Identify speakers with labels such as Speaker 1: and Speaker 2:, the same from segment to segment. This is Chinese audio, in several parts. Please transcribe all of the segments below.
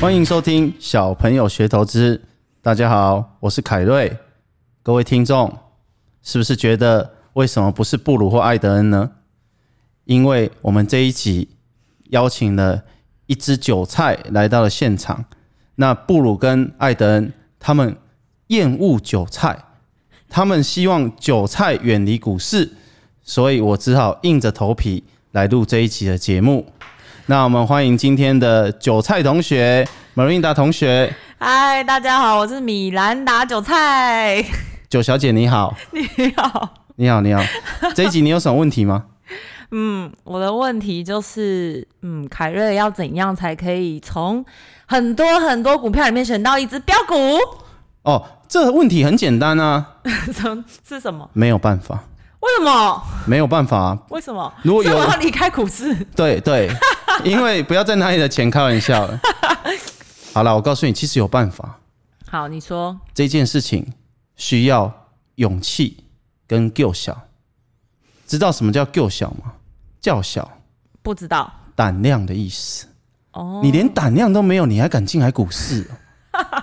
Speaker 1: 欢迎收听《小朋友学投资》。大家好，我是凯瑞。各位听众，是不是觉得为什么不是布鲁或艾德恩呢？因为我们这一集邀请了一只韭菜来到了现场。那布鲁跟艾德恩他们厌恶韭菜，他们希望韭菜远离股市，所以我只好硬着头皮来录这一集的节目。那我们欢迎今天的韭菜同学 Marinda 同学，
Speaker 2: 嗨，大家好，我是米兰达韭菜。
Speaker 1: 九小姐你好，
Speaker 2: 你好，
Speaker 1: 你好，你好。这一集你有什么问题吗？
Speaker 2: 嗯，我的问题就是，嗯，凯瑞要怎样才可以从很多很多股票里面选到一只标股？
Speaker 1: 哦，这个问题很简单啊，
Speaker 2: 什么是什么？
Speaker 1: 没有办法，
Speaker 2: 为什么？
Speaker 1: 没有办法、啊。
Speaker 2: 为什么？
Speaker 1: 如果有
Speaker 2: 所以我要离开股市，
Speaker 1: 对对，因为不要再拿你的钱开玩笑了。好了，我告诉你，其实有办法。
Speaker 2: 好，你说，
Speaker 1: 这件事情需要勇气跟够小，知道什么叫够小吗？叫小，
Speaker 2: 不知道
Speaker 1: 胆量的意思。
Speaker 2: 哦，
Speaker 1: 你连胆量都没有，你还敢进来股市 哦、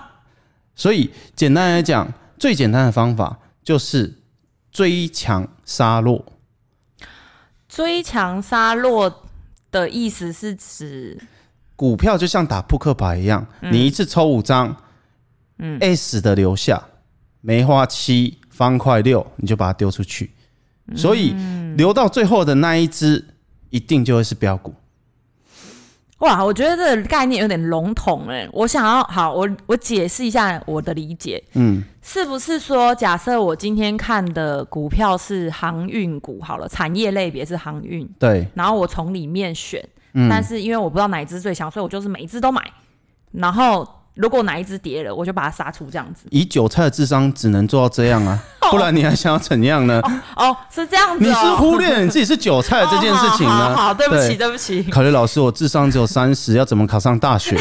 Speaker 1: 所以简单来讲，最简单的方法就是追强杀弱。
Speaker 2: 追强杀弱的意思是指，
Speaker 1: 股票就像打扑克牌一样，
Speaker 2: 嗯
Speaker 1: 你一次抽五张，嗯，S 的留下，梅花七，方块六，你就把它丢出去。
Speaker 2: 嗯
Speaker 1: 所以留到最后的那一只，一定就会是标股。
Speaker 2: 哇，我觉得这个概念有点笼统哎、我想要好，我我解释一下我的理解。
Speaker 1: 嗯，
Speaker 2: 是不是说，假设我今天看的股票是航运股好了，产业类别是航运，
Speaker 1: 对，
Speaker 2: 然后我从里面选，
Speaker 1: 嗯
Speaker 2: 但是因为我不知道哪一只最强，所以我就是每一只都买。然后如果哪一只跌了，我就把它杀出这样子。
Speaker 1: 以韭菜的智商只能做到这样 啊，不然你还想要怎样呢？
Speaker 2: 哦，是这样子、
Speaker 1: 你
Speaker 2: 哦。
Speaker 1: 是忽略你自己是韭菜的这件事情
Speaker 2: 哦好好
Speaker 1: 呢？
Speaker 2: 好，对不起，对不起。
Speaker 1: 考虑老师，我智商只有三十，要怎么考上大 学？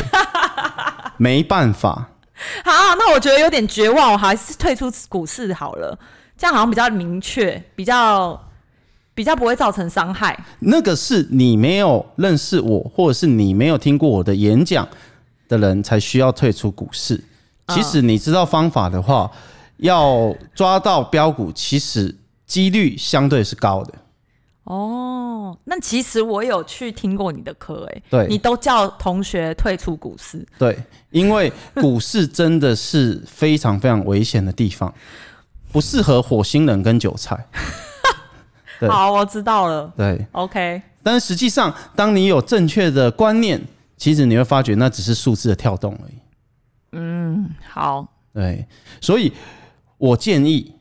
Speaker 1: 没办法，
Speaker 2: 好，那我觉得有点绝望，我还是退出股市好了。这样好像比较明确，比较比较不会造成伤害。
Speaker 1: 那个是你没有认识我，或者是你没有听过我的演讲的人才需要退出股市。
Speaker 2: 嗯
Speaker 1: 其实你知道方法的话，要抓到标股，其实几率相对是高的。
Speaker 2: 哦，那其实我有去听过你的课、欸，
Speaker 1: 对
Speaker 2: 你都叫同学退出股市，
Speaker 1: 对，因为股市真的是非常非常危险的地方，不适合火星人跟韭菜。对
Speaker 2: 好，我知道了
Speaker 1: 对，
Speaker 2: ，OK，
Speaker 1: 但实际上，当你有正确的观念，其实你会发觉那只是数字的跳动而已。
Speaker 2: 好，
Speaker 1: 对，所以我建议，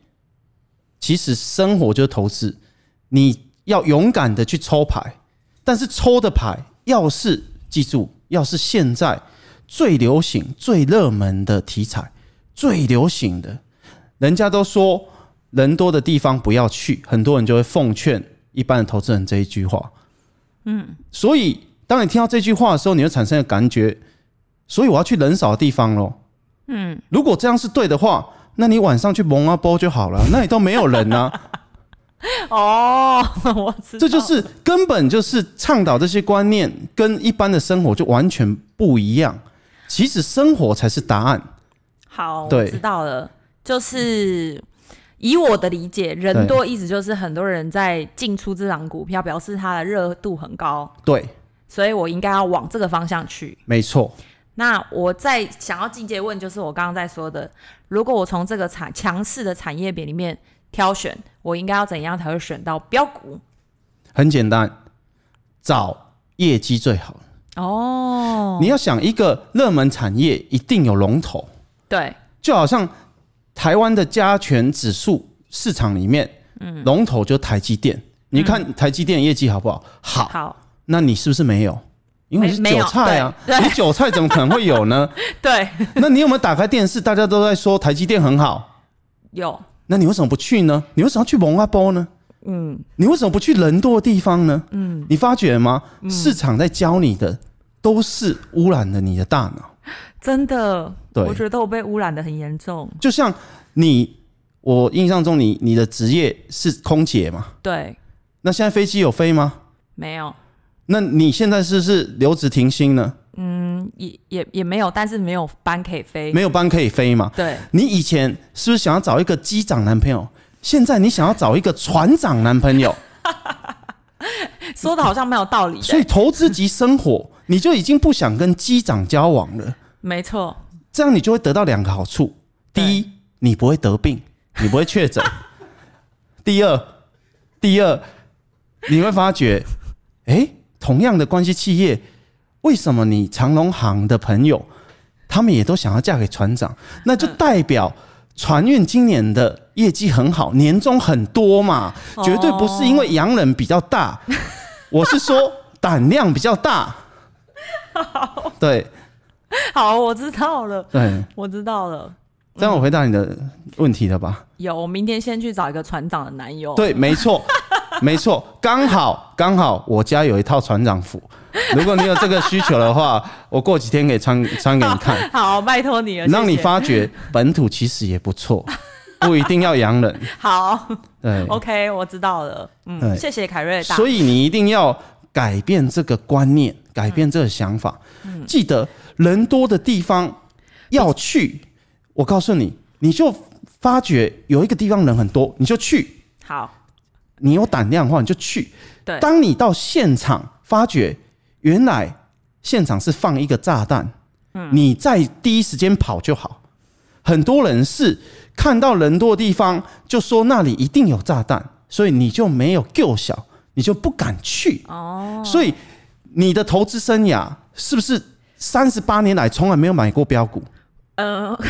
Speaker 1: 其实生活就是投资，你要勇敢的去抽牌，但是抽的牌要是记住，要是现在最流行、最热门的题材，最流行的，人家都说人多的地方不要去，很多人就会奉劝一般的投资人这一句话。嗯，所以当你听到这句话的时候，你会产生的感觉，所以我要去人少的地方喽。如果这样是对的话，那你晚上去蒙阿波就好了，那里都没有人啊，
Speaker 2: 哦，我知道，
Speaker 1: 这就是根本就是倡导这些观念，跟一般的生活就完全不一样。其实生活才是答案，
Speaker 2: 好，我
Speaker 1: 对
Speaker 2: 知道了，就是。以我的理解，人
Speaker 1: 对
Speaker 2: 多意思就是很多人在进出这档股票，表示它的热度很高，
Speaker 1: 对，
Speaker 2: 所以我应该要往这个方向去。
Speaker 1: 没错，
Speaker 2: 那我再想要进阶问，就是我刚刚在说的，如果我从这个产强势的产业别里面挑选，我应该要怎样才会选到标股？
Speaker 1: 很简单，找业绩最好。
Speaker 2: 哦，
Speaker 1: 你要想一个热门产业，一定有龙头，
Speaker 2: 对，
Speaker 1: 就好像台湾的加权指数市场里面，龙头就台积电。你看台积电业绩好不好？好，
Speaker 2: 好，
Speaker 1: 那你是不是没有？因为你是
Speaker 2: 没没有
Speaker 1: 韭菜啊，
Speaker 2: 对对
Speaker 1: 你韭菜怎么可能会有 呢？
Speaker 2: 对，
Speaker 1: 那你有没有打开电视，大家都在说台积电很好，
Speaker 2: 有，
Speaker 1: 那你为什么不去呢？你为什么要去蒙阿波呢？
Speaker 2: 嗯，
Speaker 1: 你为什么不去人多的地方呢？嗯，你发觉吗？市场在教你的都是污染了你的大脑，
Speaker 2: 真的，
Speaker 1: 对
Speaker 2: 我觉得我被污染的很严重。
Speaker 1: 就像你，我印象中你你的职业是空姐嘛？
Speaker 2: 对，
Speaker 1: 那现在飞机有飞吗？
Speaker 2: 没有，
Speaker 1: 那你现在是不是留职停薪呢？
Speaker 2: 嗯，嗯，也也也没有，但是没有班可以飞。
Speaker 1: 没有班可以飞嘛。
Speaker 2: 对，
Speaker 1: 你以前是不是想要找一个机长男朋友？现在你想要找一个船长男朋友，
Speaker 2: 说的好像蛮有道理
Speaker 1: 所以
Speaker 2: 的。
Speaker 1: 投资及生活，你就已经不想跟机长交往了。
Speaker 2: 没错，
Speaker 1: 这样你就会得到两个好处：第一，你不会得病， 你不会确诊；第二，第二，你会发觉，诶，同样的关系企业，为什么你长隆行的朋友，他们也都想要嫁给船长？那就代表船运今年的业绩很好，年终很多嘛，绝对不是因为洋人比较大，我是说胆量比较大。对
Speaker 2: 好，我知道了，
Speaker 1: 对。
Speaker 2: 我知道了。
Speaker 1: 这样我回答你的问题了吧？
Speaker 2: 有，我明天先去找一个船长的男友。
Speaker 1: 对，没 错，没错，刚好刚好，我家有一套船长服，如果你有这个需求的 话，我过几天可以穿穿给你看，
Speaker 2: 好，拜托你了，
Speaker 1: 让你
Speaker 2: 谢谢
Speaker 1: 发觉本土其实也不错，不一定要洋人。
Speaker 2: 好。
Speaker 1: 对，
Speaker 2: OK，我知道了。
Speaker 1: 对
Speaker 2: 嗯，谢谢凯瑞大。
Speaker 1: 嗯哎
Speaker 2: 嗯
Speaker 1: 所以你一定要改变这个观念，改变这个想法。记得人多的地方要去，我告诉你，你就发觉有一个地方人很多，你就去。
Speaker 2: 好，
Speaker 1: 你有胆量的话，你就去。
Speaker 2: 对
Speaker 1: 当你到现场发觉，原来现场是放一个炸弹，
Speaker 2: 嗯
Speaker 1: 你在第一时间跑就好。很多人是看到人多的地方就说那里一定有炸弹，所以你就没有救小，你就不敢去。哦，所以你的投资生涯是不是三十八年来从来没有买过标股？
Speaker 2: 嗯， 为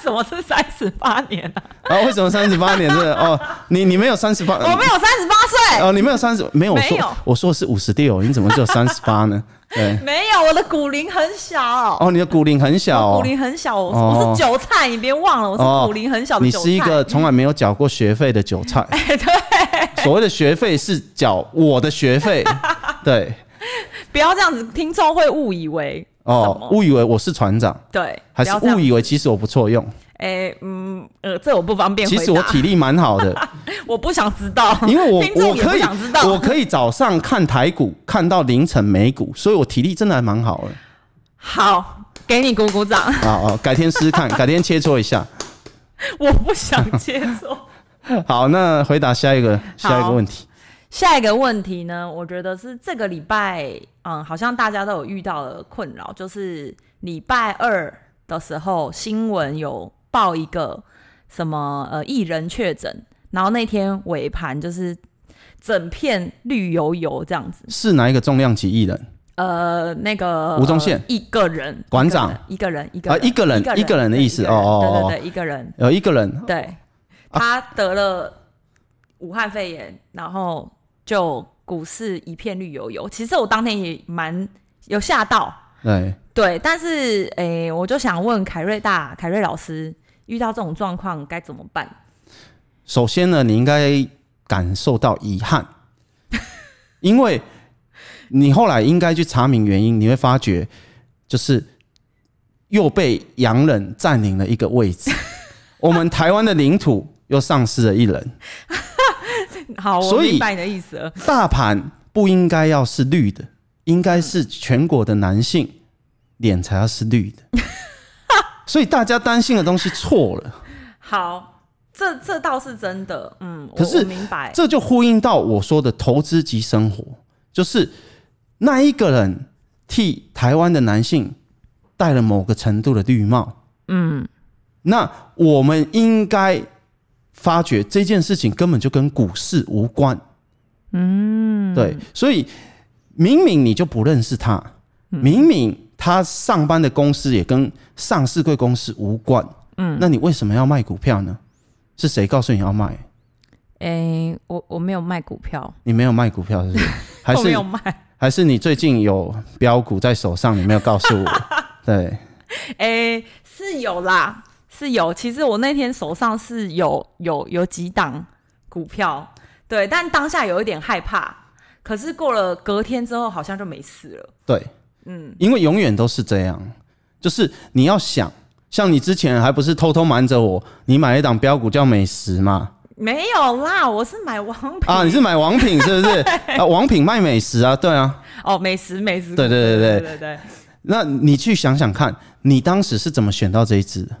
Speaker 2: 什么是三十八年啊？
Speaker 1: 啊，为什么三十八年？这个哦，你你没有三十八，
Speaker 2: 我没有三十八岁，
Speaker 1: 哦，你没有三十，没有，我
Speaker 2: 没
Speaker 1: 说
Speaker 2: 有
Speaker 1: 我说的是五十六，你怎么只有三十八呢？对，
Speaker 2: 没有，我的骨龄很小，
Speaker 1: 哦，你的骨龄很小、
Speaker 2: 骨
Speaker 1: 哦，
Speaker 2: 龄很小，我
Speaker 1: 哦
Speaker 2: 我是韭菜，你别忘了，我
Speaker 1: 哦
Speaker 2: 是骨龄很小的
Speaker 1: 你
Speaker 2: 韭菜。
Speaker 1: 是一个从来没有缴过学费的韭 菜。对，所谓的学费是缴我的学 费，对，
Speaker 2: 不要这样子，听众会误以为什
Speaker 1: 哦
Speaker 2: 么，
Speaker 1: 误以为我是船长，
Speaker 2: 对，
Speaker 1: 还
Speaker 2: 不
Speaker 1: 是
Speaker 2: 要这样
Speaker 1: 误以为其实我不错用，
Speaker 2: 哎，嗯呃，这我不方便
Speaker 1: 其
Speaker 2: 回
Speaker 1: 实我
Speaker 2: 答，
Speaker 1: 体力蛮好 的，
Speaker 2: 我不想知道，
Speaker 1: 因为我
Speaker 2: 听众
Speaker 1: 我
Speaker 2: 也不
Speaker 1: 可以
Speaker 2: 想知道，
Speaker 1: 我可以早上看台股看到凌晨美股，所以我体力真的还蛮好的。
Speaker 2: 好。给你鼓 鼓掌，
Speaker 1: 啊哦，改天试试 看，改天切磋一下。
Speaker 2: 我不想接受。
Speaker 1: 好，那回答下一个下一个
Speaker 2: 好
Speaker 1: 问题。
Speaker 2: 下一个问题呢，我觉得是这个礼拜，嗯，好像大家都有遇到的困扰，就是礼拜二的时候新闻有报一个什么呃艺人确诊，然后那天尾盘就是整片绿油油这样子，
Speaker 1: 是哪一个重量级艺人
Speaker 2: 呃，那个
Speaker 1: 吴宗宪
Speaker 2: 呃一个人
Speaker 1: 馆长
Speaker 2: 一个人一个
Speaker 1: 啊？
Speaker 2: 人
Speaker 1: 一个人，一个人的意思
Speaker 2: 对
Speaker 1: 哦哦
Speaker 2: 对
Speaker 1: 哦，
Speaker 2: 对对，一个人
Speaker 1: 有一个人
Speaker 2: 对，
Speaker 1: 啊
Speaker 2: 他得了武汉肺炎，然后就股市一片绿油油。其实我当天也蛮有吓到，
Speaker 1: 对，
Speaker 2: 对，但是诶、我就想问凯瑞大凯瑞老师，遇到这种状况该怎么办？
Speaker 1: 首先呢，你应该感受到遗憾，因为你后来应该去查明原因，你会发觉就是又被洋人占领了一个位置，我们台湾的领土又丧失了一人。
Speaker 2: 好，我
Speaker 1: 所以
Speaker 2: 明白你的意思了。
Speaker 1: 大盘不应该要是绿的，应该是全国的男性脸才要是绿的，所以大家担心的东西错了。
Speaker 2: 好，这这倒是真的，嗯，我
Speaker 1: 可是
Speaker 2: 我明白，
Speaker 1: 这就呼应到我说的投资及生活，就是那一个人替台湾的男性戴了某个程度的绿帽。嗯，那我们应该发觉这件事情根本就跟股市无关。嗯，对，所以明明你就不认识他，明明他上班的公司也跟上市贵公司无关。嗯，那你为什么要卖股票呢？是谁告诉你要卖？
Speaker 2: 诶、我我没有卖股票，
Speaker 1: 你没有卖股票是 不是？还
Speaker 2: 我没有
Speaker 1: 是
Speaker 2: 卖。
Speaker 1: 还是你最近有标股在手上，你没有告诉 我？对，
Speaker 2: 诶、是有啦，是有。其实我那天手上是有有有几档股票，对，但当下有一点害怕。可是过了隔天之后，好像就没事了。
Speaker 1: 对，
Speaker 2: 嗯，
Speaker 1: 因为永远都是这样，就是你要想，像你之前还不是偷偷瞒着我，你买了一档标股叫美食嘛？
Speaker 2: 没有啦，我是买王品、
Speaker 1: 啊，你是买王品是不是？啊，王品卖美食啊，对啊，
Speaker 2: 哦，美食美食股，
Speaker 1: 对对对对
Speaker 2: 对对对，
Speaker 1: 那你去想想看，你当时是怎么选到这一支的，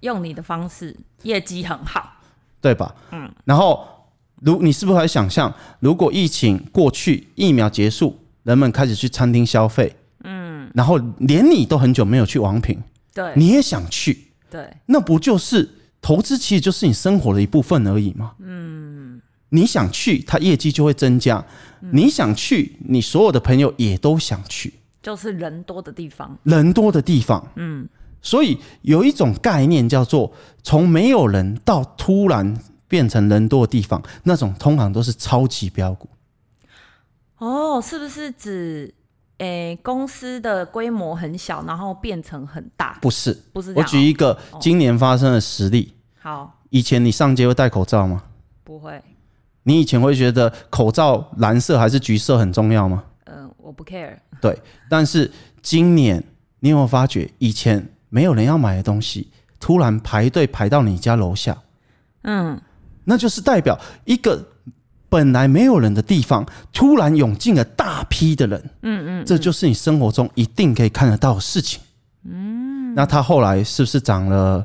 Speaker 2: 用你的方式，业绩很好，
Speaker 1: 对吧？嗯。然后，如你是不是还想象，如果疫情过去，疫苗结束，人们开始去餐厅消费，嗯，然后连你都很久没有去王品，
Speaker 2: 对
Speaker 1: 你也想去，
Speaker 2: 对，
Speaker 1: 那不就是投资？其实就是你生活的一部分而已嘛。嗯，嗯你想去，它业绩就会增加；你想去，你所有的朋友也都想去，
Speaker 2: 就是人多的地方，
Speaker 1: 人多的地方。嗯，所以有一种概念叫做从没有人到突然变成人多的地方，那种通常都是超级标股。
Speaker 2: 哦，是不是指诶、公司的规模很小，然后变成很大？
Speaker 1: 不是，啊
Speaker 2: 不是这
Speaker 1: 我
Speaker 2: 样哦、
Speaker 1: 举一个今年发生的实例。
Speaker 2: 好，
Speaker 1: 以前你上街会戴口罩吗？
Speaker 2: 不会，
Speaker 1: 你以前会觉得口罩蓝色还是橘色很重要吗？
Speaker 2: 嗯、我不 care，
Speaker 1: 对，但是今年你有没有发觉，以前没有人要买的东西，突然排队排到你家楼下，
Speaker 2: 嗯，
Speaker 1: 那就是代表一个本来没有人的地方，突然涌进了大批的人。嗯嗯这就是你生活中一定可以看得到的事情。嗯，那它后来是不是涨了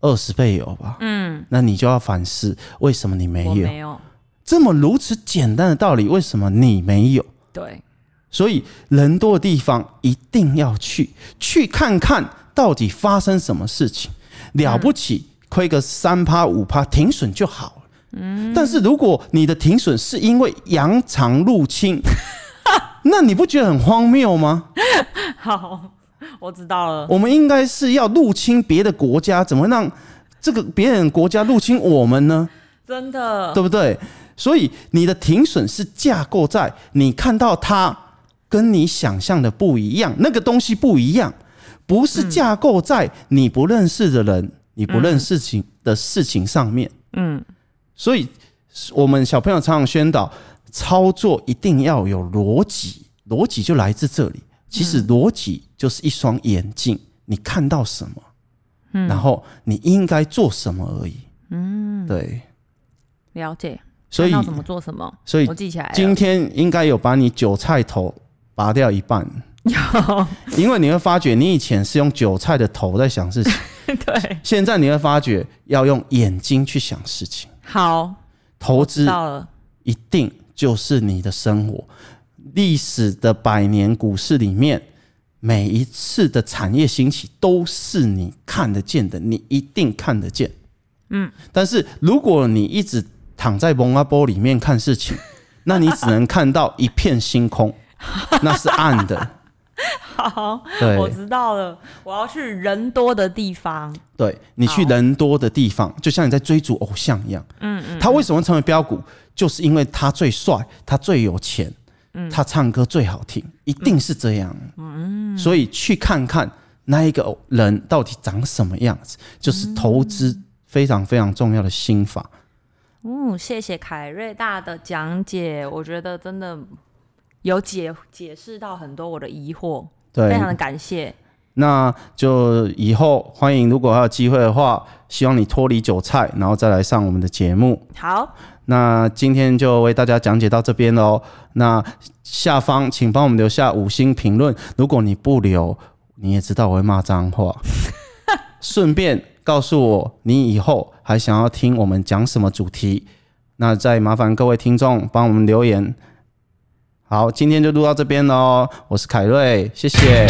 Speaker 1: 二十倍有吧？嗯，那你就要反思，为什么你没
Speaker 2: 我
Speaker 1: 有
Speaker 2: 没有，
Speaker 1: 这么如此简单的道理？为什么你没有？
Speaker 2: 对，
Speaker 1: 所以人多的地方一定要去，去看看到底发生什么事情。了不起，亏个三趴五趴停损就好了。嗯，但是如果你的停损是因为羊肠入侵，那你不觉得很荒谬吗？
Speaker 2: 好，我知道了，
Speaker 1: 我们应该是要入侵别的国家，怎么让这个别人国家入侵我们呢？
Speaker 2: 真的，
Speaker 1: 对不对？所以你的停损是架构在你看到它跟你想象的不一样，那个东西不一样，不
Speaker 2: 嗯
Speaker 1: 是架构在你不认识的人、你不认识情的事情上面。
Speaker 2: 嗯，
Speaker 1: 所以我们小朋友常常宣导，操作一定要有逻辑，逻辑就来自这里。其实
Speaker 2: 嗯
Speaker 1: 逻辑就是一双眼睛，你看到什么，
Speaker 2: 嗯
Speaker 1: 然后你应该做什么而已。嗯，对。
Speaker 2: 了解，
Speaker 1: 所以
Speaker 2: 看到什么做什么，
Speaker 1: 所以
Speaker 2: 我记起来了
Speaker 1: 今，天应该有把你韭菜头拔掉一半，
Speaker 2: 有，
Speaker 1: 因为你会发觉你以前是用韭菜的头在想事情，
Speaker 2: 对，
Speaker 1: 现在你会发觉要用眼睛去想事情。
Speaker 2: 好，
Speaker 1: 投
Speaker 2: 知
Speaker 1: 资
Speaker 2: 道了，
Speaker 1: 一定就是你的生活。历史的百年股市里面，每一次的产业兴起都是你看得见的，你一定看得见。嗯，但是如果你一直躺在蒙阿波里面看事情，那你只能看到一片星空，那是暗的。
Speaker 2: 好，
Speaker 1: 对
Speaker 2: 我知道了，我要去人多的地方，
Speaker 1: 对你去人多的地方，就像你在追逐偶像一样。嗯嗯，他为什么成为标股？就是因为他最帅，他最有钱，他唱歌最好听，一定是这样。嗯，所以去看看那一个偶人到底长什么样子，就是投资非常非常重要的心法。
Speaker 2: 嗯，谢谢凯瑞大的讲解，我觉得真的有解解释到很多我的疑惑，
Speaker 1: 对，
Speaker 2: 非常的感谢。
Speaker 1: 那就以后欢迎，如果还有机会的话，希望你脱离韭菜，然后再来上我们的节目。
Speaker 2: 好，
Speaker 1: 那今天就为大家讲解到这边喽。那下方请帮我们留下五星评论，如果你不留，你也知道我会骂脏话。顺便告诉我你以后还想要听我们讲什么主题，那再麻烦各位听众帮我们留言。好，今天就录到这边喽。我是凯瑞，谢谢。